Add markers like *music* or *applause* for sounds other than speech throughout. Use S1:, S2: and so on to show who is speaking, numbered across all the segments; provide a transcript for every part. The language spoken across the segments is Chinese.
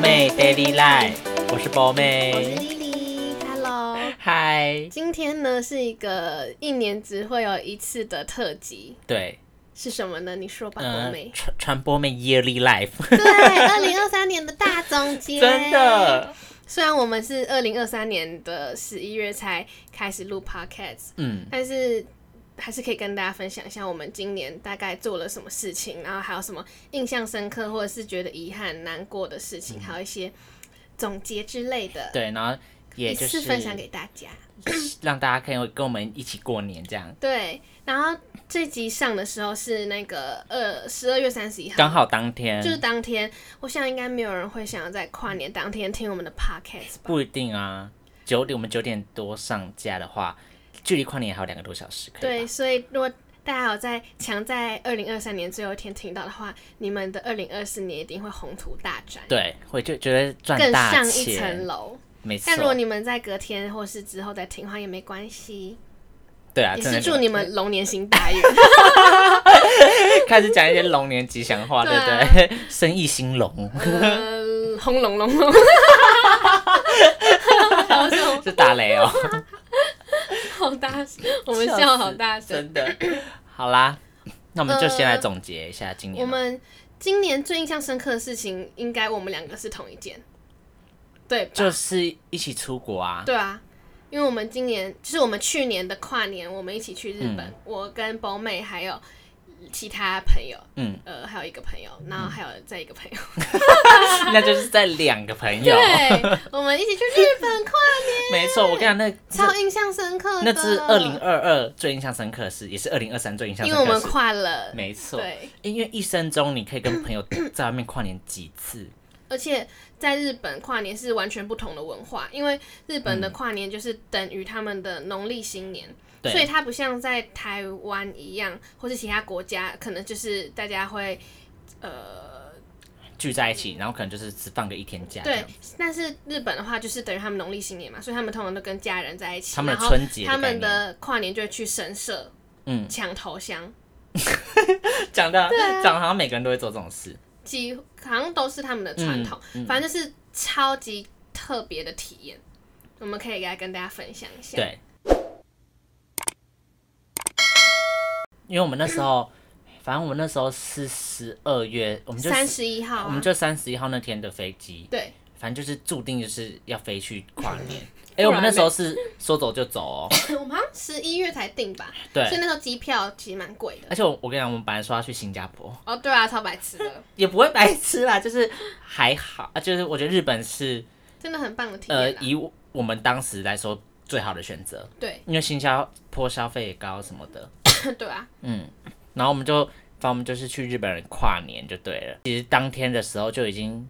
S1: 妹 Daily Life，我是波
S2: 我是
S1: 妹，
S2: 丽丽，Hello。
S1: 嗨，
S2: 今天呢是一个一年只会有一次的特辑，
S1: 对，
S2: 是什么呢？你说吧，
S1: 嗯、
S2: 啊波
S1: 呃
S2: 妹，。
S1: 传传播妹 Yearly Life，
S2: 对， *laughs* 二零二三年的大总结。
S1: 真。的，
S2: 虽然我们是二零二三年的十一月才开始录 Podcast，
S1: 嗯，
S2: 但是还是可以跟大家分享一下我们今年大概做了什么事情，然后还有什么印象深刻或者是觉得遗憾、难过的事情，还有一些总结之类的，
S1: 嗯对，然后也
S2: 一
S1: 就
S2: 次
S1: 是
S2: 分享给大家。
S1: *clears throat* 让大家可以跟我们一起过年这样，
S2: 对，然后这集上的时候是那个呃十二月三十一号，
S1: 刚好当天
S2: 就是当天，我想应该没有人会想要在跨年当天听我们的 podcast 吧？
S1: 不一定啊，九点我们九点多上架的话，距离跨年还有两个多小时，可以
S2: 对，
S1: 吧？
S2: 所以如果大家有在抢在二零二三年最后一天听到的话，你们的二零二四年一定会宏图大展，
S1: 对，会就觉得赚
S2: 更
S1: 大
S2: 上一层
S1: 钱，哦
S2: 楼。
S1: 没错
S2: 但如，果你们在隔天或是之后再听的话也没关系，
S1: 对啊，
S2: 也
S1: 真
S2: 是
S1: 的
S2: 祝你们龙年行大运。
S1: *laughs* 开始讲一些龙年吉祥话，对
S2: 对
S1: 不
S2: 啊
S1: 对？ *laughs* 生意兴隆。
S2: 呃，轰隆隆隆。还有什么
S1: *laughs* 是打雷哦，
S2: 好大声，我们笑好大声。
S1: 真的。好啦，那我们就先来总结一下今年
S2: 呃我
S1: 吧。
S2: 们今年最印象深刻的事情，应该我们两个是同一件，对吧？
S1: 就是一起出国啊，
S2: 对啊，因为我们今年就是我们去年的跨年，我们一起去日本，
S1: 嗯
S2: 我跟宝妹还有其他朋友，
S1: 嗯， *laughs*
S2: 呃，还有一个朋友，然后还有再一个朋友，
S1: 那就是在两个朋友，
S2: 对，我们一起去日本跨年，
S1: 没错。我跟你讲，那
S2: 超印象深刻
S1: 那
S2: 的。
S1: 是二零二二最印象深刻的事，也是二零二三最印象
S2: 因
S1: 深
S2: 为我们
S1: 刻的事。
S2: 跨了，
S1: 没错，
S2: 对，
S1: 因为一生中你可以跟朋友在外面跨年几次，
S2: 而且在日本跨年是完全不同的文化，因为日本的跨年就是等于他们的农历新年，
S1: 嗯对
S2: 所以它不像在台湾一样，或是其他国家，可能就是大家会呃
S1: 聚在一起，然后可能就是只放个一天假这
S2: 对
S1: 样。，
S2: 但是日本的话就是等于他们农历新年嘛，所以他们通常都跟家人在一起，
S1: 他们的
S2: 然后
S1: 春节的
S2: 他
S1: 概
S2: 们
S1: 念
S2: 的跨年就会去神社，
S1: 嗯，
S2: 抢头香，啊
S1: 讲的讲的好像每个人都会做这种事，
S2: 几乎好像都是他们的传统，
S1: 嗯
S2: 反正就是超级特别的体验，我们可以给大家跟大家分享一下。
S1: 对，因为我们那
S2: *coughs*
S1: 时候，反正我们那时候是十二月，我们就
S2: 三十一号、啊，
S1: 我们就三十一号那天的飞机，
S2: 对 *coughs*
S1: 反正就是注定就是要飞去跨
S2: *laughs*
S1: 年。哎、我们那时候是说走就走哦，
S2: 我们好像十一月才订吧，
S1: 对
S2: 所以那时候机票其实蛮贵的。
S1: 而且我我跟你讲，我们本来说要去新加坡， *laughs*
S2: 哦，对啊，超白痴的，
S1: 也不会白吃啦，就是还好，啊，就是我觉得日本是
S2: 真的很棒的体
S1: 呃
S2: 验、啊。
S1: 以我我们当时来说最好的选择，
S2: 对 *coughs*
S1: 因为新加坡消费也高什么的，
S2: 对啊，
S1: 然后我们就，反正我们就是去日本跨年就对了。其实当天的时候就已经，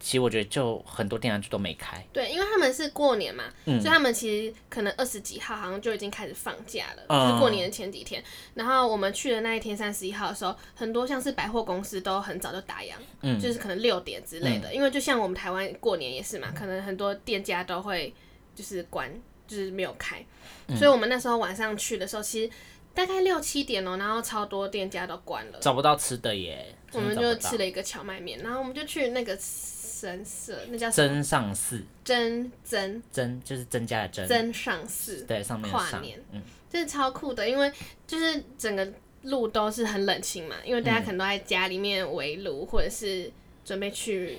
S1: 其实我觉得就很多店啊就都没开，
S2: 对，因为他们是过年嘛，
S1: 嗯
S2: 所以他们其实可能二十几号好像就已经开始放假了，
S1: 嗯
S2: 就是过年的前几天。然后我们去的那一天三十一号的时候，很多像是百货公司都很早就打烊，
S1: 嗯
S2: 就是可能六点之类的。因为就像我们台湾过年也是
S1: 嗯
S2: 嘛，可能很多店家都会就是关，就是没有开。
S1: 嗯
S2: 所以我们那时候晚上去的时候，其实大概六七点哦、然后超多店家都关了。
S1: 找不到吃的耶。
S2: 我
S1: 真的
S2: 们就
S1: 找
S2: 吃
S1: 不到
S2: 了一个荞麦面，然后我们就去那个神社，那叫什么？
S1: 真上寺，
S2: 真真
S1: 真就是增加了真，
S2: 真上寺，
S1: 对上面的
S2: 跨
S1: 上
S2: 年，
S1: 嗯，
S2: 真的超酷的，因为就是整个路都是很冷清嘛，因为大家可能都在家里面围炉，或者是准备去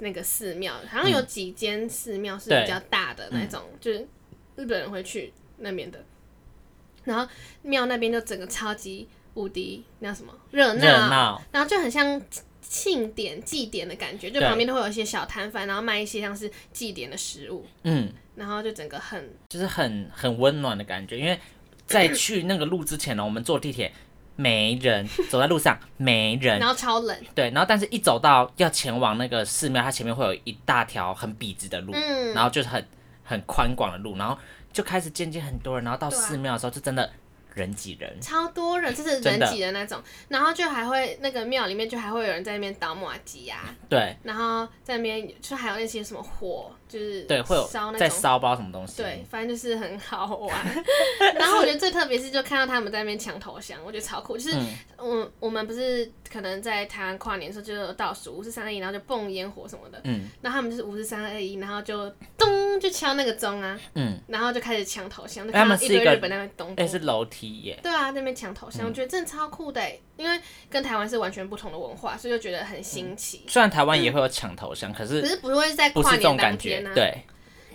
S2: 那个寺庙，好像有几间寺庙是
S1: 对
S2: 比较大的那种，就是日本人会去那边的，然后庙那边就整个超级无敌那叫什么热
S1: 热
S2: 闹，
S1: 闹，
S2: 然后就很像。庆典、祭典的感觉，就
S1: 对
S2: 旁边都会有一些小摊贩，然后卖一些像是祭典的食物，
S1: 嗯，
S2: 然后就整个很
S1: 就是很很温暖的感觉。因为在去那个路之前呢，我们坐地铁没人，走在路上没
S2: *laughs*
S1: 人
S2: 然，后超冷，
S1: 对，然后但是一走到要前往那个寺庙，它前面会有一大条很笔直的路，
S2: 嗯
S1: 然后就是很很宽广的路，然后就开始渐渐很多人，然后到
S2: 对啊
S1: 寺庙的时候就真的人挤人，
S2: 超多人，就是
S1: 真
S2: 人
S1: 的
S2: 挤的那种，然后就还会那个庙里面就还会有人在那边倒马吉呀、
S1: 对
S2: 然后在那边就还有那些什么火，就是
S1: 对，会有
S2: 烧那
S1: 在
S2: 种。
S1: 骚包什么东西，
S2: 对，反正就是很好玩。
S1: *laughs*
S2: 然后我觉得最特别是，就看到他们在那边抢头香，我觉得超酷。就是
S1: 嗯
S2: 我我们不是可能在台湾跨年的时候就有倒数五四三二一，然后就蹦烟火什么的。
S1: 嗯
S2: 然后他们就是五四三二一，然后就咚就敲那个钟啊，
S1: 嗯，
S2: 然后就开始抢头香，就
S1: 他
S2: 看到
S1: 们
S2: 一
S1: 是一
S2: 堆
S1: 个
S2: 日本在那边咚
S1: 哎、
S2: 咚
S1: 是楼梯耶，
S2: 对啊，在那边抢头
S1: 嗯
S2: 像，我觉得真的超酷的欸，因为跟台湾是完全不同的文化，所以就觉得很新奇。
S1: 虽然台湾也会有抢头香，可
S2: 可
S1: 嗯是
S2: 是不会在
S1: 不是
S2: 跨
S1: 这种
S2: 年
S1: 感
S2: 当
S1: 觉
S2: 天，啊，
S1: 对，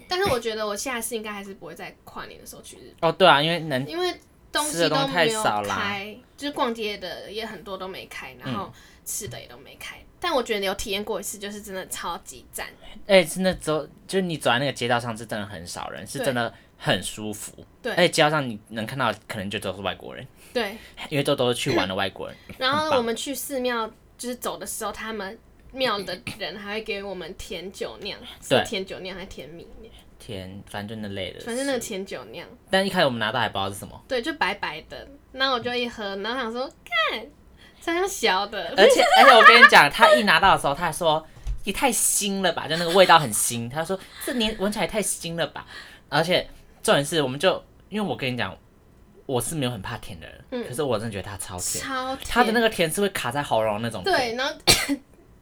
S2: 但是我觉得我下次应该还是不会在跨年的时候去日
S1: 哦对啊，因为能
S2: 本，因为东
S1: 吃
S2: 西
S1: 的
S2: 都
S1: 东西太
S2: 没有
S1: 少啦嗯
S2: 开，就是逛街的也很多都没开，然后吃的也都没开。但我觉得有体验过一次，就是真的超级赞。
S1: 哎、真的走，就是你走在那个街道上是真的很少人，是
S2: 对
S1: 真的很舒服，
S2: 对
S1: 而且街道上你能看到的可能就都是外国人， *laughs*
S2: 对，
S1: 因为这都是去玩的外国人，
S2: 然
S1: 很
S2: 后
S1: 棒
S2: 我们去寺庙就是走的时候，他们庙的人还会给我们甜酒酿，是
S1: 对
S2: 甜酒酿还是甜米酿？
S1: 天，反正就那类的，
S2: 反正那个甜酒酿。
S1: 但一开始我们拿到还不知道是什么，
S2: 对，就白白的。那我就一喝，然后想说，看，这样小 *laughs* 的，
S1: 而且而且我跟你讲，他一拿到的时候，他还说也太腥了吧，就那个味道很腥。他说这年闻起来也太腥了
S2: *laughs*
S1: 吧。而且重点是，我们就因为我跟你讲，我是没有很怕甜的人，
S2: 嗯
S1: 可是我真的觉得它超甜，
S2: 超甜。
S1: 它的那个甜是会卡在喉咙那种甜，
S2: 对，然后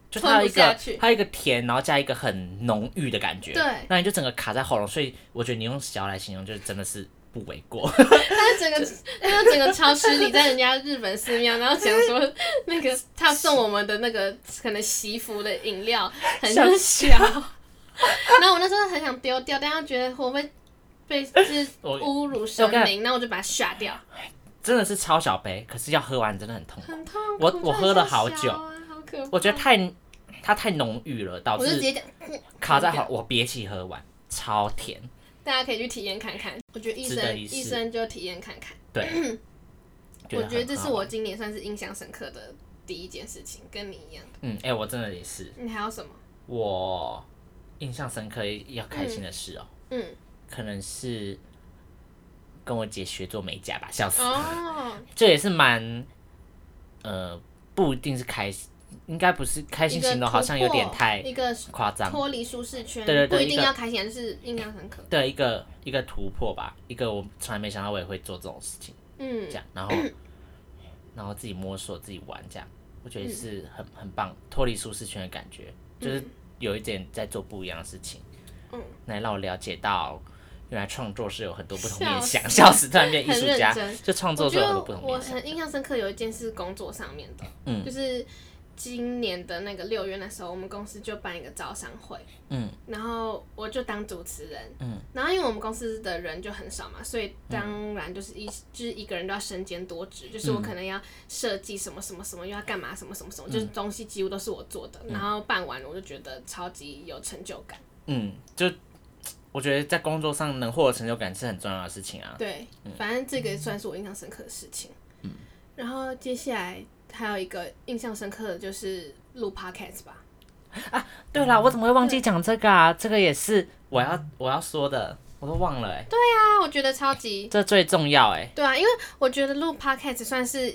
S1: 就它有
S2: 吞
S1: 一
S2: 不
S1: 个
S2: 下去
S1: 它有一个甜，然后加一个很浓郁的感觉，
S2: 对
S1: 那你就整个卡在喉咙，所以我觉得你用小来形容，就是真的是不为
S2: *laughs*
S1: 过。
S2: 他整个，他整个超市里在人家日本寺庙，然后想说那
S1: *laughs*
S2: 个他送我们的那个可能洗服的饮料很
S1: 想
S2: 小， *laughs* 然后我那时候很想丢掉，但又觉得我会
S1: *laughs*
S2: 被就是
S1: 我
S2: 侮辱神
S1: 我跟
S2: 明，然后我就把它刷掉，
S1: 真的是超小杯，可是要喝完真的很痛苦。
S2: 很痛苦。
S1: 我
S2: 真
S1: 我
S2: 的
S1: 喝了
S2: 很
S1: 好
S2: 小
S1: 久
S2: 啊，好可怕。
S1: 我觉得太它太浓郁了，导
S2: 我就直
S1: 致
S2: 接讲，
S1: 卡在好，我憋气喝完，超甜。
S2: 大家可以去体验看看。我觉得一
S1: 值得
S2: 生
S1: 一试
S2: 一生就体验看看。 *clears throat*
S1: 对，
S2: 我觉得
S1: 很
S2: 这
S1: 好
S2: 是我今年算是印象深刻的第一件事情，跟你一样。
S1: 嗯，哎、我真的也是，
S2: 你还有什么？
S1: 我印象深刻要开心的事哦、
S2: 嗯，
S1: 可能是跟我姐学做美甲吧，笑死，
S2: 哦，
S1: 这也是蛮呃，不一定是开心，应该不是开
S2: 开
S1: 心形容，好像有点太
S2: 一个
S1: 夸张，
S2: 脱离舒适圈，
S1: 对对对
S2: 不一定
S1: 一个
S2: 要开心，就是印象深刻。
S1: 对一个一个突破吧，一个我从来没想到我也会做这种事情。
S2: 嗯
S1: 这样，然后 *clears throat* 然后自己摸索、自己玩这样，我觉得是很很棒，脱离舒适圈的感觉，就是有一点在做不一样的事情，
S2: 嗯，
S1: 来让我了解到。原来创作是有很多不同
S2: 笑
S1: 面向，笑死！突然变艺
S2: 很
S1: 术
S2: 认
S1: 家
S2: 真，
S1: 就创
S2: 我
S1: 作是
S2: 觉
S1: 有很多
S2: 得
S1: 不同
S2: 我
S1: 面向。
S2: 很印象深刻有一件是工作上面的，
S1: 嗯
S2: 就是今年的那个六月那时候，我们公司就办一个招商会，
S1: 嗯，
S2: 然后我就当主持人，
S1: 嗯，
S2: 然后因为我们公司的人就很少嘛，所以当然就是一、就是一个人都要身兼多职，就是
S1: 嗯
S2: 我可能要设计什么什么什么，又要干嘛什么什么什么，
S1: 嗯
S2: 就是东西几乎都是我做的，然后办完我就觉得超级有成就感，
S1: 嗯，就我觉得在工作上能获得成就感是很重要的事情啊。
S2: 对，反正这个算是我印象深刻的事情。嗯，然后接下来还有一个印象深刻的就是录 podcast 吧，
S1: 对啦，我怎么会忘记讲这个啊？这个也是我要我要说的，我都忘了哎、
S2: 啊，我觉得超级
S1: 这最重要哎、
S2: 对啊，因为我觉得录 podcast 算是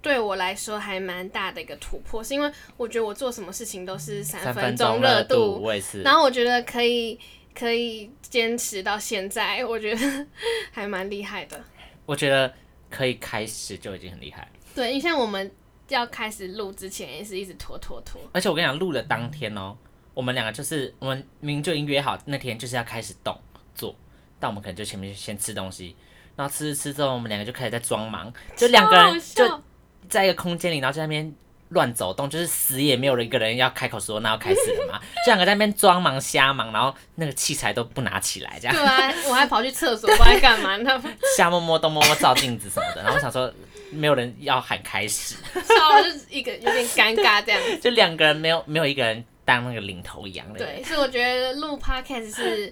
S2: 对我来说还蛮大的一个突破，是因为我觉得我做什么事情都是三
S1: 三分
S2: 钟
S1: 钟
S2: 热
S1: 度，我也是。
S2: 然后我觉得可以可以坚持到现在，我觉得 *laughs* 还蛮厉害的。
S1: 我觉得可以开始就已经很厉害了。
S2: 对，因为像我们要开始录之前也是一直拖拖拖，
S1: 而且我跟你讲，录的当天哦，我们两个就是我们明明就已经约好那天就是要开始动做，但我们可能就前面就先吃东西，然后吃吃吃之后，我们两个就开始在装忙，就两个人
S2: 超好
S1: 就
S2: 笑
S1: 在一个空间里，然后在那边。乱走动，就是死也没有人一个人要开口说，那要开始了嘛？ *laughs* 就两个在那边装忙瞎忙，然后那个器材都不拿起来，这样
S2: 对啊，我还跑去厕所，不知道在干
S1: *laughs*
S2: 嘛，那
S1: 瞎摸摸东摸摸照镜子什么的。然后我想说，没有人要喊开始，
S2: 超就是一个有点尴尬这样。
S1: *laughs* 就两个人没有没有一个人当那个领头羊的人，
S2: 对，所以我觉得录 podcast 是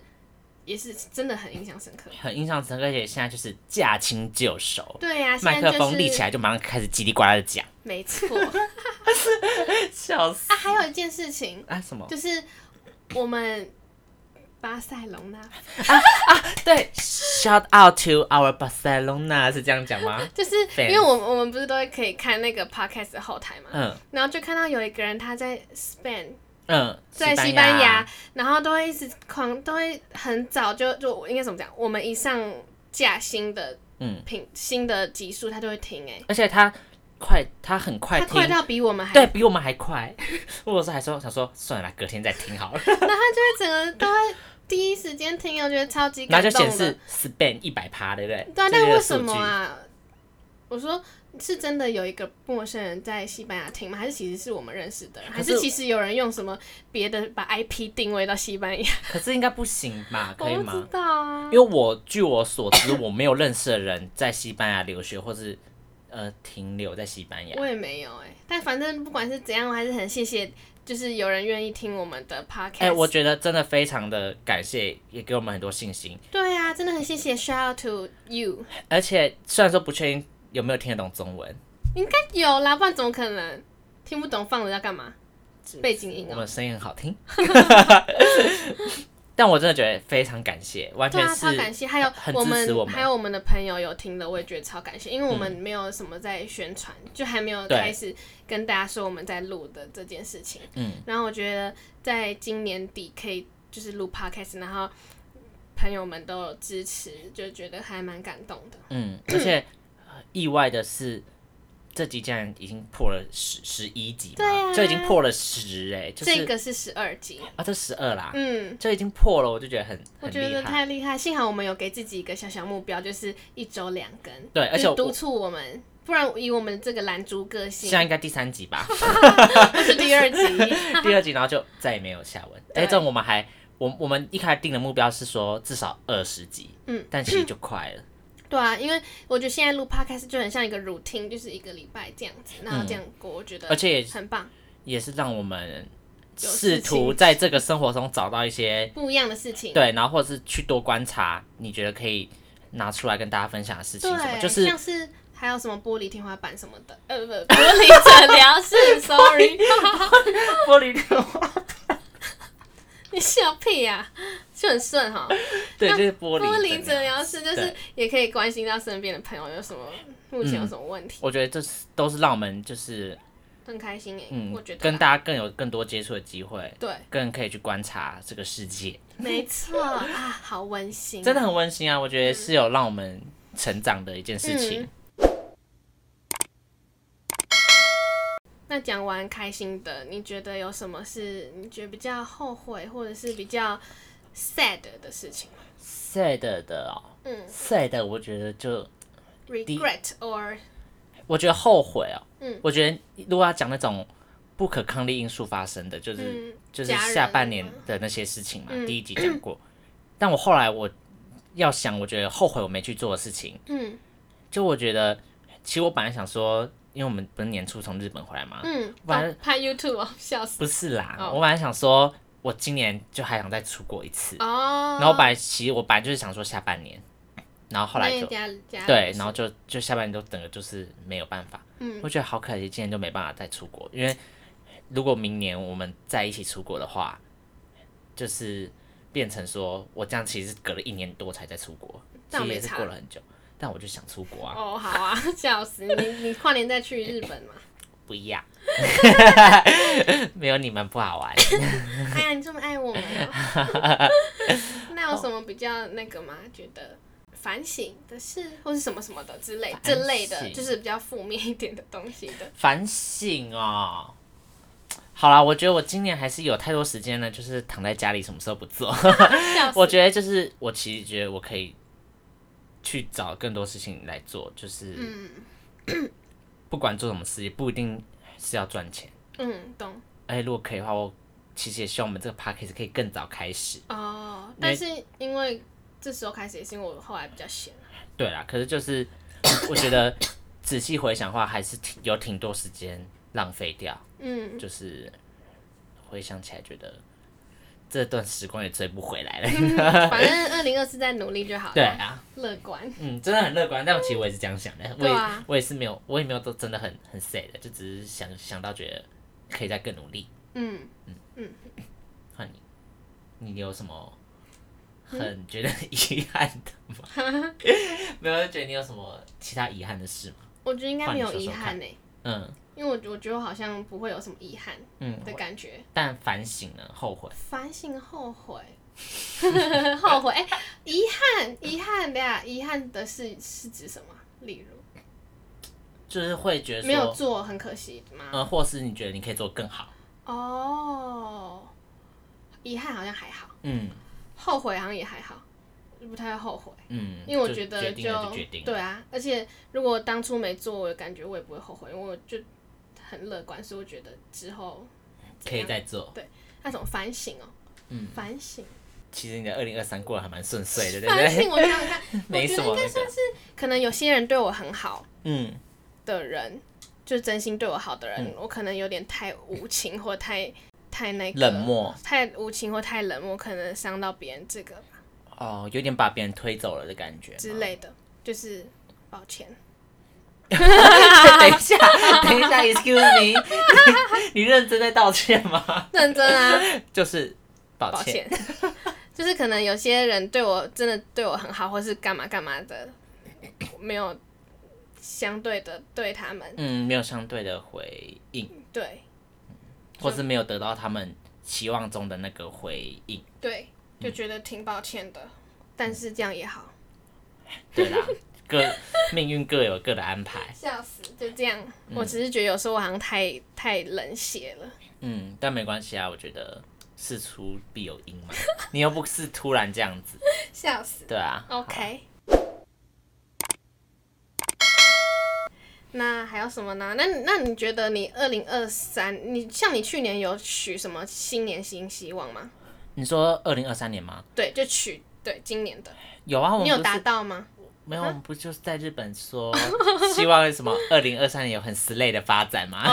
S2: 也是真的很印象深刻。
S1: 很印象深刻，而且现在就是驾轻就熟，
S2: 对呀、啊，
S1: 麦
S2: 现在
S1: 克
S2: 就
S1: 风
S2: 是
S1: 立起来就马上开始叽里呱啦的讲，
S2: 没错啊，
S1: 笑死
S2: 还有一件事情
S1: 哦啊什么？
S2: 就是我们巴塞隆纳，
S1: 对，shout out to our Barcelona 是这样讲吗？
S2: 就是因为我我们不是都会可以看那个 podcast 的后台嘛，
S1: 嗯
S2: 然后就看到有一个人他在 Spain，
S1: 嗯，
S2: 在西
S1: 班
S2: 班牙，然后都会一直狂，都会很早就就应该怎么讲？我们一上架新的
S1: 嗯，
S2: 品新的集数，他就会听哎、
S1: 而且他快，他很快
S2: 他快
S1: 听，
S2: 到比我们还
S1: 对比我们还快。 *laughs* 我有时候还说想说算了啦，隔天再听好了，
S2: 他整个都会第一时间听，我觉得超级 *laughs*
S1: 然
S2: 感
S1: 后就
S2: 动
S1: 显
S2: 的。
S1: 示 Spain 一百趴，对不对？
S2: 对啊，
S1: 这是
S2: 但
S1: 一
S2: 为
S1: 个
S2: 什
S1: 数
S2: 么
S1: 据？
S2: 啊？我说是真的有一个陌生人在西班牙听吗？还是其实是我们认识的人？
S1: 可
S2: 还
S1: 是
S2: 是其实有人用什么别的把 IP 定位到西班牙？
S1: 可是应该不行吧？可以
S2: 我不
S1: 吗
S2: 知？道啊
S1: 因。为我据我
S2: *coughs*
S1: 所知，我没有认识的人在西班牙留学或是呃停留在西班牙
S2: 我。也没有哎、但反正不管是怎样，我还是很谢谢，就是有人愿意听我们的 podcast。
S1: 哎、我觉得真的非常的感谢，也给我们很多信心。
S2: 对啊，真的很谢谢，shout out to you。
S1: 而且虽然说不确定有没有听得懂中文，
S2: 应该有啦，不然怎么可能听不懂放着要干嘛？背景音
S1: 我
S2: 哦、
S1: 们声音很好
S2: *laughs*
S1: 听，但我真的觉得非常感谢，完
S2: 对
S1: 全
S2: 啊，
S1: 是
S2: 超感谢，还有
S1: 很
S2: 我
S1: 支持
S2: 们，
S1: 我们嗯
S2: 还有我们的朋友有听的，我也觉得超感谢，因为我们没有什么在宣传，就还没有
S1: 对
S2: 开始跟大家说我们在录的这件事情。
S1: 嗯，
S2: 然后我觉得在今年底可以就是录 podcast，然后朋友们都有支持，就觉得还蛮感动的。
S1: 嗯，而且呃意外的是，这集竟然已经破了十十一集嘛，
S2: 对啊
S1: 就已经破了十哎、就是
S2: 这个是十二集，
S1: 啊这十二啦，
S2: 嗯。
S1: 就已经破了，我就觉得很
S2: 我
S1: 很
S2: 觉
S1: 厉
S2: 得
S1: 害。
S2: 太厉害，幸好我们有给自己一个小小目标，就是一周两更，
S1: 对，而且
S2: 就督
S1: 我
S2: 促我们，不然以我们这个蓝猪个
S1: 现
S2: 性，
S1: 在应该第三
S2: *laughs*
S1: 集吧，
S2: 不是第二集，
S1: 第二集然后就再也没有下文。
S2: 对
S1: 哎，这我们还我我们一开始定的目标是说至少二十集，
S2: 嗯，
S1: 但其实就快了，
S2: 对啊，因为我觉得现在录 podcast 就很像一个 routine，就是一个礼拜这样子，然后这样过，我觉
S1: 而
S2: 得
S1: 且也
S2: 很棒，
S1: 也是让我们
S2: 有
S1: 试
S2: 事
S1: 图
S2: 情
S1: 在这个生活中找到一些
S2: 不一样的事情，
S1: 对，然后或者是去多观察，你觉得可以拿出来跟大家分享的事情什么，
S2: 对，
S1: 就是
S2: 像是还有什么玻璃天花板什么的，呃不，玻璃诊疗室，sorry，
S1: *laughs* 玻璃
S2: *laughs*
S1: 天花，
S2: 你笑屁呀、就很顺哈。
S1: 对，就是玻璃
S2: 玻璃
S1: 诊
S2: 诊
S1: 疗
S2: 疗室就是
S1: 对嗯
S2: 也可以关心到身边的朋友有什么目前有什么问题，
S1: 我觉得这是都是让我们就是
S2: 很开心哎、
S1: 嗯
S2: 我觉，得
S1: 跟
S2: 啦
S1: 大家更有更多接触的机会， *laughs*
S2: 对，
S1: 更可以去观察这个世界，
S2: 没错啊，好温馨，
S1: 真的很温馨啊！我觉得是有让我们成长的一件事情。
S2: 嗯那讲完开心的，你觉得有什么是你觉得比较后悔或者是比较 sad 的事情吗
S1: sad 的哦
S2: 嗯
S1: ，sad 我觉得就
S2: ？Regret or
S1: 我觉得后悔哦，
S2: 嗯
S1: 我觉得如果要讲那种不可抗力因素发生的，就是、
S2: 嗯
S1: 就是
S2: 家人
S1: 下半年的那些事情嘛，
S2: 嗯
S1: 第一集讲过。
S2: *coughs*
S1: 但我后来我要想，我觉得后悔我没去做的事情，
S2: 嗯
S1: 就我觉得，其实我本来想说，因为我们不是年初从日本回来嘛，
S2: 嗯，
S1: 完了
S2: 哦拍 YouTube 哦，笑
S1: *laughs*
S2: 死
S1: 不是啦，
S2: 哦
S1: 我本来想说，我今年就还想再出国一次，
S2: 哦。
S1: 然后本来其实我本来就是想说下半年，然后后来
S2: 那
S1: 就
S2: 家家
S1: 对，然后就就下半年都整个就是没有办法，
S2: 嗯
S1: 我觉得好可惜，今年就没办法再出国，因为如果明年我们在一起出国的话，就是变成说我这样其实隔了一年多才在出国，其
S2: 那
S1: 实
S2: 没
S1: 也是
S2: 差
S1: 过了很久，但我就想出国 *laughs* 啊，
S2: 哦，好啊，笑死你！你跨年再去日本嘛？
S1: 不一
S2: *laughs*
S1: 样， *laughs* 没有你们不好玩。
S2: 哎呀，你这么爱我们、哦，
S1: *laughs*
S2: 那有什么比较那个吗？觉得反省的事，或是什么什么的之类
S1: 反省
S2: 这类的，就是比较负面一点的东西
S1: *laughs*
S2: 的。
S1: 反省哦。好啦，我觉得我今年还是有太多时间呢，就是躺在家里，什么事都不做。
S2: 笑死
S1: 我觉得就是我其实觉得我可以去找更多事情来做，就是、 *clears throat* 不管做什么事，也不一定是要赚钱。
S2: 嗯，懂
S1: 而且如果可以的话，我其实也希望我们这个 p a c k a g e 可以更早开始。
S2: 哦。但是因为这时候开始，也是因为我后来比较闲啊。
S1: 对啦，可是就是我觉得仔细回想的话，还是挺有挺多时间浪费掉。 *laughs*
S2: 嗯，
S1: 就是回想起来，觉得这段时光也追不回来了。 *laughs*
S2: 反正二零二四再努力就好
S1: 对
S2: 了，
S1: 啊，
S2: 乐观。
S1: 嗯，真的很乐观。但我其实我也是这样想的，我
S2: 对
S1: 也、
S2: 啊
S1: 我也是没有，我也没有都真的很很 sad 的，就只是想想到觉得可以再更努力。
S2: 嗯，
S1: 换你，你有什么很觉得遗憾的
S2: *laughs*
S1: 吗？没有，就觉得你有什么其他遗憾的事吗？
S2: 我觉得应该没有
S1: 换你
S2: 遗
S1: 说说看
S2: 憾呢、
S1: 嗯，
S2: 因为我我觉得我好像不会有什么遗憾
S1: 嗯
S2: 的感觉。
S1: 但反省呢，后悔。
S2: 反省后悔， *laughs* 后悔哎，遗、憾遗憾的呀，遗憾的是是指什么？例如
S1: 就是会觉得
S2: 没有
S1: 说，
S2: 做很可惜吗？
S1: 呃，或是你觉得你可以做更好，
S2: 哦，遗憾好像还好，
S1: 嗯
S2: 后悔好像也还好，不太会后悔。
S1: 嗯，
S2: 因为我
S1: 就
S2: 觉得
S1: 决定了就决定了，
S2: 对啊，而且如果当初没做，我感觉我也不会后悔，因为我就很乐观，所以我觉得之后
S1: 可以再做。
S2: 那种反省哦，
S1: 嗯
S2: 反省，
S1: 其实你的二零二三过得还蛮顺遂
S2: *laughs*
S1: 的，对不
S2: 反
S1: 对？
S2: 省，我想想看，
S1: *laughs* 没什么那个，
S2: 可能有些人对我很好
S1: 嗯，
S2: 的人，就真心对我好的人，我可能有点太无情或太太那个
S1: 冷漠
S2: 太无情或太冷漠，可能伤到别人这个
S1: 哦，有点把别人推走了的感觉吗。
S2: 之类的，就是抱
S1: *laughs*
S2: 歉。
S1: 等一 *laughs* 下，等一下，excuse me，你你 *laughs* 认真在道歉吗？
S2: 认真啊，
S1: *laughs* 就是抱
S2: 抱
S1: 歉，
S2: 歉。 *laughs* 就是可能有些人对我真的对我很好，或是干嘛干嘛的，没有相对的对他们，
S1: 嗯，没有相对的回应，
S2: 对
S1: 或是没有得到他们期望中的那个回应。
S2: 对，就觉得挺抱歉的。但是这样也好，
S1: 对啦， *laughs* 各命运各有各的安排，
S2: 笑死，就这样。我只是觉得有时候我好像太太冷血了，
S1: 嗯，但没关系啊，我觉得事出必有因 *laughs* 嘛，你又不是突然这样子，
S2: 笑死。
S1: 对啊。
S2: OK。那还有什么呢？那那你觉得你二零二三，你像你去年有许什么新年新希望吗？
S1: 你说二零二三年吗？
S2: 对，就取对今年的，
S1: 有啊啊，我们
S2: 你有
S1: 不
S2: 达
S1: 是
S2: 到吗？ *laughs*
S1: 没有？我们不就是在日本说希望什么二零二三年有很 slay 的发展吗？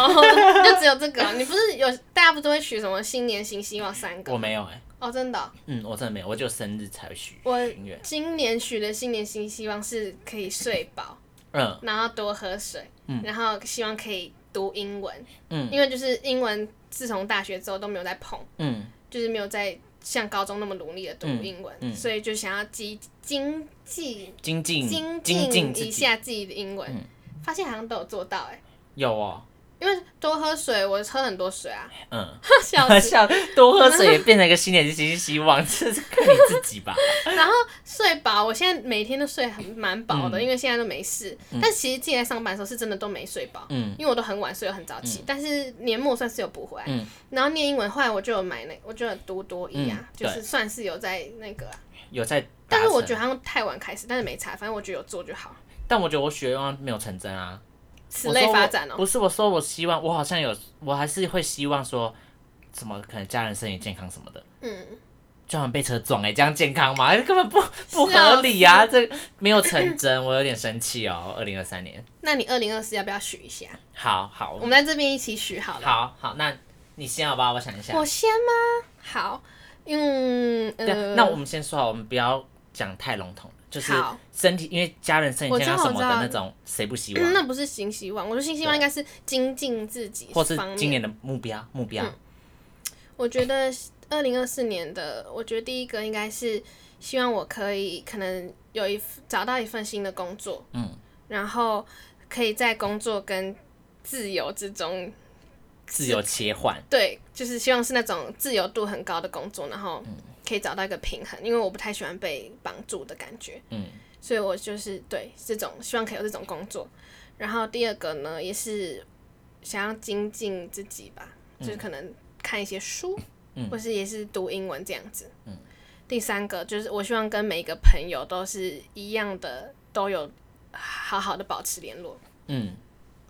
S2: 就只有这个
S1: *laughs*
S2: 哦、你不是有大家不都会许什么新年新希望三个
S1: 我
S2: 吗？
S1: 没有哎、
S2: 哦，真的哦、
S1: 嗯，我真的没有，我就生日才许
S2: 我
S1: 许愿。
S2: 今年许的新年新希望是可以睡饱，
S1: 嗯
S2: 然后多喝水，然后希望可以读英文，
S1: 嗯
S2: 因为就是英文自从大学之后都没有再碰，
S1: 嗯
S2: 就是没有再像高中那么努力的读
S1: 嗯
S2: 英文，
S1: 嗯
S2: 所以就想要精精进
S1: 精进
S2: 精
S1: 精
S2: 进
S1: 进自
S2: 一
S1: 己，
S2: 下自己的英文，
S1: 嗯
S2: 发现好像都有做到哎、
S1: 有哦，
S2: 因为多喝水，我喝很多水啊，
S1: 嗯，
S2: *laughs* 笑死。
S1: 像多喝水也变成一个新年新希望，这是看你自
S2: *laughs*
S1: 己吧。
S2: 然后睡饱，我现在每天都睡很蛮饱的，因为现在都没事。但其实自己在上班的时候是真的都没睡饱，
S1: 嗯
S2: 因为我都很晚睡，又很早起。但是年末算是有补回来，
S1: 嗯
S2: 然后念英文，后来我就有买那，我就有读多一啊，
S1: 嗯
S2: 就
S1: 对
S2: 是算是有在那个啊、
S1: 有在达成，
S2: 但是我觉得好像太晚开始，但是没差，反正我觉得有做就好。
S1: 但我觉得我许愿望没有成真啊。
S2: 此类发展哦、
S1: 我说我不是，我说我希望，我好像有，我还是会希望说，什么可能家人身体健康什么的，
S2: 嗯，就
S1: 就好像被车撞哎、这样健康吗？ *laughs* 根本不不合理啊，这没有成真，我有点生气哦。二零二三年，
S2: 那你二零二四要不要许一下？
S1: 好好
S2: 我们在这边一起许好了。
S1: 好好，那你先好吧，我想一下。
S2: 我先吗？好，嗯
S1: 对啊
S2: 呃，
S1: 那我们先说好，我们不要讲太笼统，就是
S2: 好
S1: 身体，因为家人身体
S2: 我
S1: 健康
S2: 知道
S1: 什么
S2: 我知
S1: 的
S2: 道
S1: 那种，谁不希
S2: 嗯
S1: 望？
S2: 那不是新希望，我说新希望应该是精进自己
S1: 或是
S2: 方面。
S1: 今年的目标，目标，
S2: 嗯我觉得二零二四年的，我觉得第一个应该是希望我可以可能有一份找到一份新的工作，
S1: 嗯，
S2: 然后可以在工作跟自由之中，
S1: 自由切换，
S2: 对，就是希望是那种自由度很高的工作，然后
S1: 嗯
S2: 可以找到一个平衡，因为我不太喜欢被绑住的感觉。
S1: 嗯
S2: 所以我就是对这种希望可以有这种工作。然后第二个呢，也是想要精进自己吧，就是可能看一些书，
S1: 嗯
S2: 或是也是读英文这样子。第三个就是我希望跟每一个朋友都是一样的，都有好好的保持联络
S1: 嗯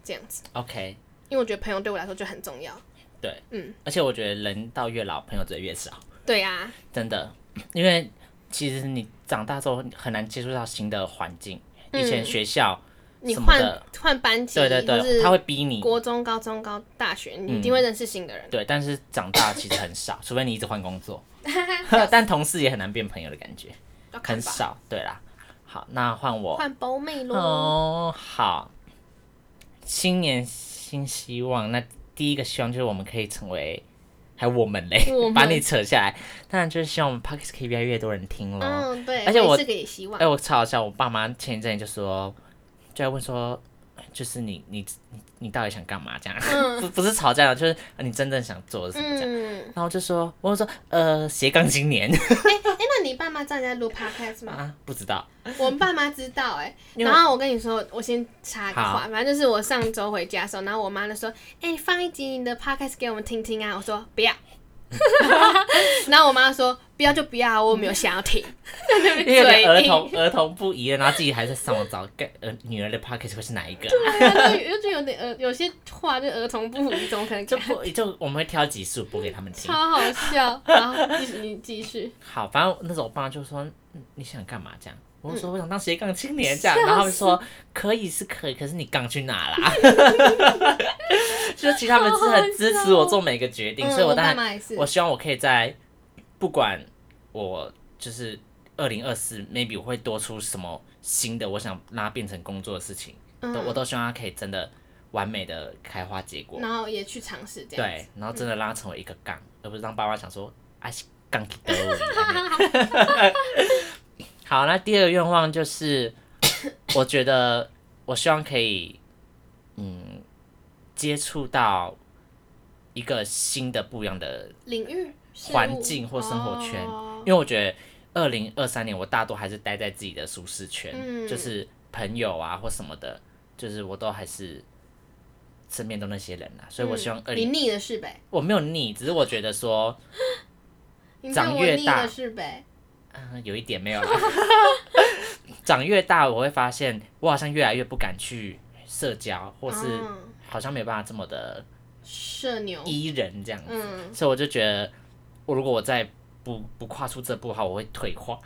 S2: 这样子，
S1: ，OK。
S2: 因为我觉得朋友对我来说就很重要。
S1: 对，
S2: 嗯，
S1: 而且我觉得人到越老，朋友只会越少，
S2: 对啊呀、
S1: 真的，因为其实你长大之后很难接触到新的环境，
S2: 嗯
S1: 以前学校
S2: 你
S1: 什么
S2: 换
S1: 的，
S2: 换班级，
S1: 对对
S2: 或
S1: 对，
S2: 是
S1: 他会嗯逼你，
S2: 国中、高中、高大学，你一定会认识新的人。
S1: 对，但是长大其实很少，除非你一直换工
S2: *laughs*
S1: 作， *laughs* 但同事也很难变朋友的感觉，
S2: 要看
S1: 很
S2: 吧，
S1: 少，对啦。好，那换我，
S2: 换包妹咯。
S1: 哦，好，新年新希望，那第一个希望就是我们可以成为还有我们嘞
S2: 我，们
S1: 把你扯下来。当然就是希望我们 p o c k e t 可以越来越多人听咯。
S2: 嗯，对，
S1: 而且我
S2: 这个也希望
S1: 哎、，我超好笑，我爸妈前一阵就说，就在问说，就是你你你你到底想干嘛这样？ *laughs* 不不是吵架，就是啊你真正想做的是什么这样。
S2: 嗯，
S1: 然后就说，我就说，呃，斜杠青年 *laughs*
S2: 哎、那你爸妈知道你在录 podcast 吗？
S1: 啊，不知道，
S2: 我们爸妈知道哎、
S1: 因为
S2: 然后我跟你说，我先插个话
S1: 好，
S2: 反正就是我上周回家的时候，然后我妈就说：“哎、放一集你的 podcast 给我们听听啊。”我说：“不要。” *laughs* 然后我妈说：“不要就不要啊，我没有想要听。” *laughs* 在那边
S1: 因为有
S2: 嘴
S1: 点儿
S2: 硬
S1: 童儿童不宜了，然后自己还在上网找，该呃女儿的 p o c k e t 会是哪一个啊、
S2: 对啊，就就有点呃，有些话就儿童不宜，怎么可能
S1: 就不就我们会挑几数播给他们听。
S2: 超好笑。然后你你继续，
S1: 好，反正那时候我爸就说嗯你想干嘛这样，我就说我想当斜杠青
S2: *laughs*
S1: 年这样，然后他们说可以是可以，可是你杠去哪啦？
S2: *laughs*
S1: 就其实他们是很支持我做每个决定，
S2: 嗯
S1: 所以我
S2: 我
S1: 当
S2: 爸
S1: 然
S2: 妈也是，
S1: 我希望我可以在不管我就是二零二四，maybe 我会多出什么新的，我想让它变成工作的事情，都、
S2: 嗯，
S1: 我都希望它可以真的完美的开花结果。
S2: 然后也去尝试这样。嗯
S1: 对，然后真的让它成为一个杠，而不是让爸妈想说啊是杠给得我。 *laughs* 好，那第二个愿望就是，我觉得我希望可以，嗯，接触到一个新的不一样的，
S2: 领域、事物
S1: 环境或生活圈
S2: 哦
S1: 因为我觉得二零二三年我大多还是待在自己的舒适圈，
S2: 嗯
S1: 就是朋友啊或什么的，就是我都还是身边都那些人啊，所以我希望
S2: 嗯
S1: 二
S2: 你
S1: 零、
S2: 腻了是呗？
S1: 我没有腻，只是我觉得说。
S2: 你
S1: 长
S2: 对我
S1: 越
S2: 腻
S1: 大
S2: 了是呗？
S1: 嗯，有一点没
S2: *laughs*
S1: 有啦。长越大，我会发现我好像越来越不敢去社交，或是
S2: 嗯
S1: 好像没办法这么的
S2: 社牛，
S1: 依人这样子。
S2: 嗯
S1: 所以我就觉得，我如果我再不不跨出这步的话，我会
S2: *laughs*
S1: 退化。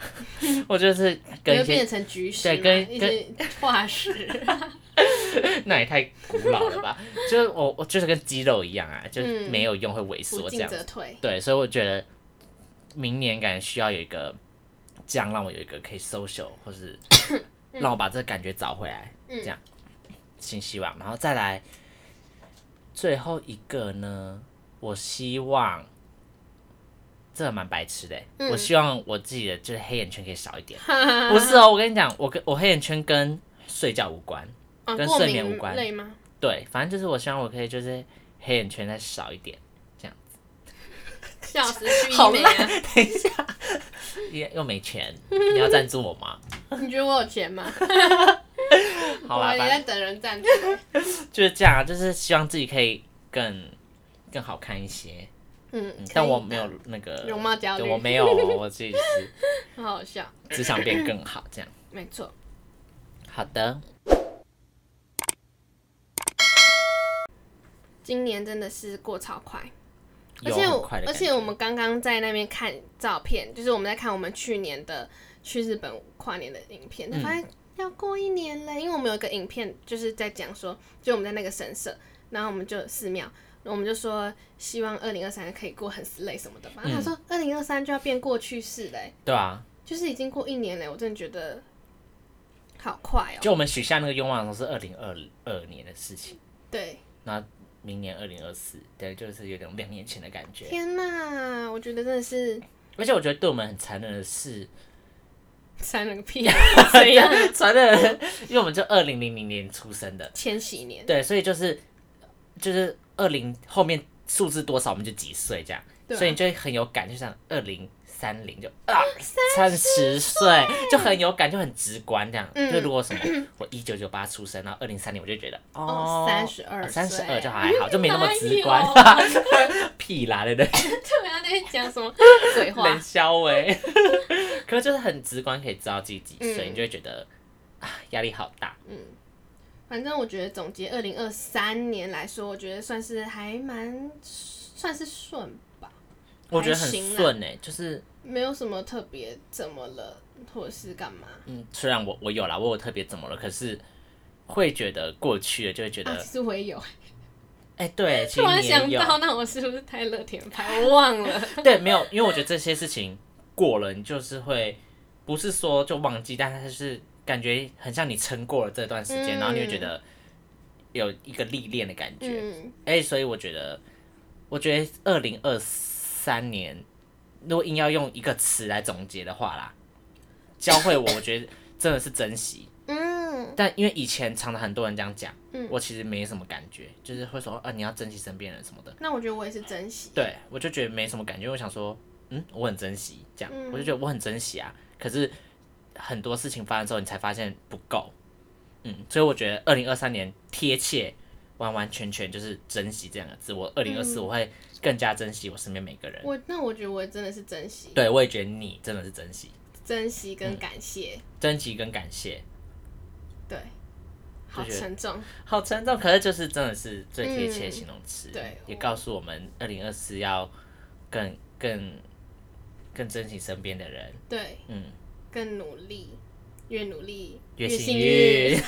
S1: 我就是
S2: 你
S1: 跟
S2: 会
S1: 一些
S2: 变成局势
S1: 对
S2: 嘛，
S1: 跟
S2: 一些化石。
S1: 那也太古老了吧？就是我我就是跟肌肉一样啊，就是
S2: 嗯
S1: 没有 *laughs* 用会萎缩
S2: 不
S1: 这
S2: 进
S1: 样
S2: 则
S1: 子。
S2: 退。
S1: 对，所以我觉得明年感觉需要有一个这样让我有一个可以 social，或是让我把这个感觉找回来，这样新希望，然后再来最后一个呢，我希望。这蛮白痴的欸、我希望我自己的就是黑眼圈可以少一
S2: 啊
S1: 点。不是哦，我跟你讲，我跟我黑眼圈跟睡觉无关，
S2: *laughs* 啊，
S1: 跟
S2: 过
S1: 睡
S2: 敏
S1: 眠无关
S2: 类吗？
S1: 对，反正就是我希望我可以就是黑眼圈再少一点。
S2: 笑死，
S1: *laughs*
S2: 去
S1: 好
S2: 医美啊？
S1: 等一下， *laughs* 又又没钱，你要赞助我吗？
S2: *laughs* 你觉得我有钱吗？
S1: 好
S2: 我
S1: 啦，
S2: 也
S1: 反
S2: 在
S1: 正
S2: 等人赞助。
S1: 就是这样啊，就是希望自己可以更更好看一些。
S2: 嗯
S1: 嗯，但我没，
S2: 可
S1: 有那个
S2: 以容貌焦虑
S1: 对我没有，我自己是
S2: 以的好好笑，
S1: 只想变更好这样。
S2: 没错。
S1: 好的，
S2: 今年真的是过超快，而
S1: 有
S2: 且
S1: 很
S2: 我
S1: 快的
S2: 而
S1: 感
S2: 且
S1: 觉。
S2: 我们刚刚在那边看照片，就是我们在看我们去年的去日本跨年的影片，
S1: 嗯
S2: 但发现要过一年了，因为我们有一个影片就是在讲说，就我们在那个神社，然后我们就寺庙，然后我们就说希望二零二三可以过很累什么的嘛。
S1: 嗯
S2: 他说二零二三就要变过去式嘞、
S1: 对啊，
S2: 就是已经过一年了，我真的觉得好快哦、
S1: 就我们许下那个愿望的时候是二零二二年的事情，
S2: 对，
S1: 那明年二零二四，对，就是有点两年前的感觉。
S2: 天哪，我觉得真的是
S1: 而且我觉得对我们很残忍的是，
S2: 三了个屁，啊 *laughs* 怎样？
S1: 残忍，因为我们就二零零零年出生的，
S2: 千禧 *laughs* 年，
S1: 对，所以就是就是二零后面数字多少我们就几岁这样，
S2: 对啊
S1: 所以你就会很有感，就像二零三零就啊三十岁就很有感，就很直观这样。
S2: 嗯
S1: 就如果什么我一九九八出生，然后二零三零我就觉得哦
S2: 32
S1: 三十二
S2: 岁
S1: 就还好，就没那么直观，
S2: 哪
S1: *laughs* 屁啦，对不对？
S2: 特别要啊在讲什么鬼话 *laughs*
S1: 冷？笑哎， *laughs* 可是就是很直观，可以知道自己几岁，
S2: 嗯
S1: 你就会觉得啊压力好大。
S2: 反正我觉得总结二零二三年来说，我觉得算是还蛮算是顺吧，
S1: 我觉得很
S2: 还行啦
S1: 顺哎、就是
S2: 没有什么特别怎么了或者是干嘛
S1: 嗯，虽然我我有啦，我有特别怎么了，可是会觉得过去了就会觉得
S2: 啊。，其实我也有，
S1: 哎、对，其
S2: 突
S1: 实
S2: 然
S1: 你也
S2: 想
S1: 有，
S2: 到，那我是不是太乐天派？我忘了，
S1: 对，没有，因为我觉得这些事情过了，你就是会不是说就忘记，但它就是感觉很像你撑过了这段时间，
S2: 嗯
S1: 然后你会觉得有一个历练的感觉。
S2: *laughs* 嗯，
S1: 哎、所以我觉得我觉得二零二三年，如果硬要用一个词来总结的话啦，教会我，我觉得真的是珍惜。
S2: 嗯，
S1: 但因为以前常常很多人这样讲，
S2: 嗯
S1: 我其实没什么感觉，就是会说，啊，你要珍惜身边人什么的。
S2: 那我觉得我也是珍惜。
S1: 对，我就觉得没什么感觉，因为我想说，嗯，我很珍惜，这样，
S2: 嗯
S1: 我就觉得我很珍惜啊。可是很多事情发生之后，你才发现不够，嗯，所以我觉得二零二三年贴切，完完全全就是珍惜这两个字。我二零二四
S2: 嗯
S1: 我会更加珍惜我身边每个人。
S2: 我那我觉得我真的是珍惜，
S1: 对，我也觉得你真的是珍惜、
S2: 珍惜跟感谢，
S1: 珍惜跟感谢，
S2: 对，好
S1: 觉得
S2: 沉重。
S1: 好沉重，可是就是真的是最贴切的形容词、
S2: 对
S1: 也告诉我们二零二四要更更更珍惜身边的人，
S2: 对，
S1: 嗯。
S2: 更努力，越努力
S1: 越
S2: 幸
S1: 幸运。 *laughs*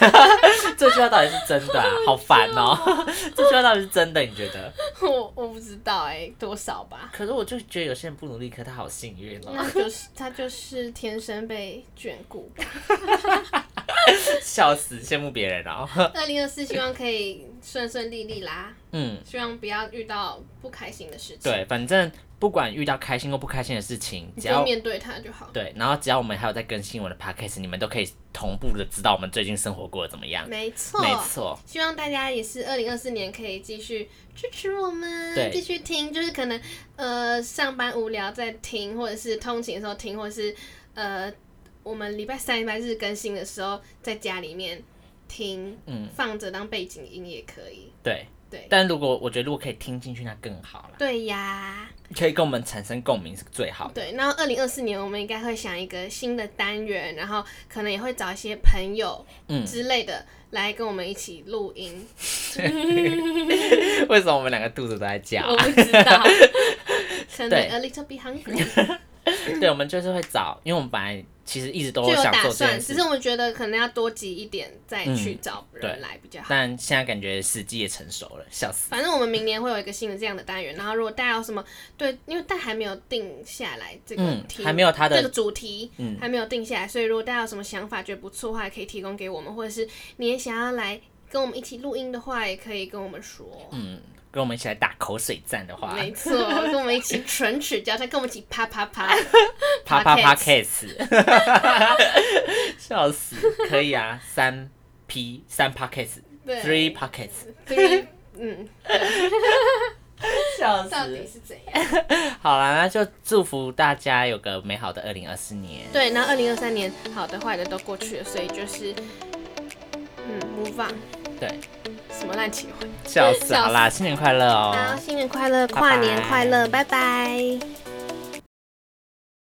S1: 这句话到底是真的啊？好烦哦！这句话到底是真的？你觉得？
S2: *laughs* 我我不知道哎、多少
S1: *laughs*
S2: 吧？
S1: 可是我就觉得有些人不努力，可他好幸运
S2: *laughs*
S1: 哦，
S2: 那就是他就是天生被眷顾
S1: *laughs*
S2: 吧。
S1: 笑死，羡慕别人哦。
S2: 二零二四希望可以顺顺利利啦，
S1: 嗯，
S2: 希望不要遇到不开心的事情，
S1: 对，反正不管遇到开心或不开心的事情，
S2: 你
S1: 只
S2: 就
S1: 要
S2: 面对它就好。
S1: 对，然后只要我们还有在更新我们的 podcast，你们都可以同步的知道我们最近生活过得怎么样。
S2: 没错，
S1: 没错，
S2: 希望大家也是二零二四年可以继续支持我们，
S1: 对
S2: 继续听，就是可能呃上班无聊在听，或者是通勤的时候听，或者是呃我们礼拜三、礼拜日更新的时候在家里面听，
S1: 嗯，
S2: 放着当背景音也可以。
S1: 对。
S2: 对
S1: 但如果我觉得如果可以听进去，那更好了，
S2: 对呀，
S1: *laughs* 可以跟我们产生共鸣是最好的。
S2: 对。那二零二四年我们应该会想一个新的单元，然后可能也会找一些朋友
S1: 嗯
S2: 之类的来跟我们一起录
S1: *laughs*
S2: 音。
S1: *laughs* 为什么我们两个肚子都在叫啊？
S2: 我不知
S1: *laughs*
S2: 道，可能
S1: 对
S2: a little bit hungry。
S1: 对，我们就是会找，因为我们本来其实一直都
S2: 就有
S1: 想
S2: 打
S1: 做这件
S2: 算，只
S1: 事
S2: 是，我觉得可能要多集一点再去
S1: 嗯
S2: 找人
S1: 对
S2: 来比较好。
S1: 但现在感觉时机也成熟了，笑死。
S2: 反正我们明年会有一个新的这样的单元，然后如果大家有什么对，因为但还没有定下来这个
S1: 嗯
S2: 题，
S1: 还没有它的
S2: 这个主题，
S1: 嗯
S2: 还没有定下来，所以如果大家有什么想法觉得不错的话，可以提供给我们，或者是你也想要来跟我们一起录音的话，也可以跟我们说。
S1: 嗯，跟我们一起来打口水战的话，
S2: 没错，跟我们一起唇齿交叉，跟我们一起啪啪
S1: *laughs*
S2: 啪。
S1: 啪啪啪
S2: podcast
S1: case，笑死，可以啊，三 P 三 pockets，three
S2: 对
S1: pockets，
S2: three，嗯，
S1: 笑
S2: 到底
S1: 死。
S2: 是怎样？
S1: 好啦，那就祝福大家有个美好的二零二四年。
S2: 对，那二零二三年好的坏的都过去了，所以就是，嗯，move on，
S1: 对，
S2: 什么烂结婚。
S1: 笑死，
S2: 笑死
S1: 好啦，新年快乐哦！
S2: 好，新年快乐，
S1: 拜
S2: 跨年
S1: 拜
S2: 快乐，拜拜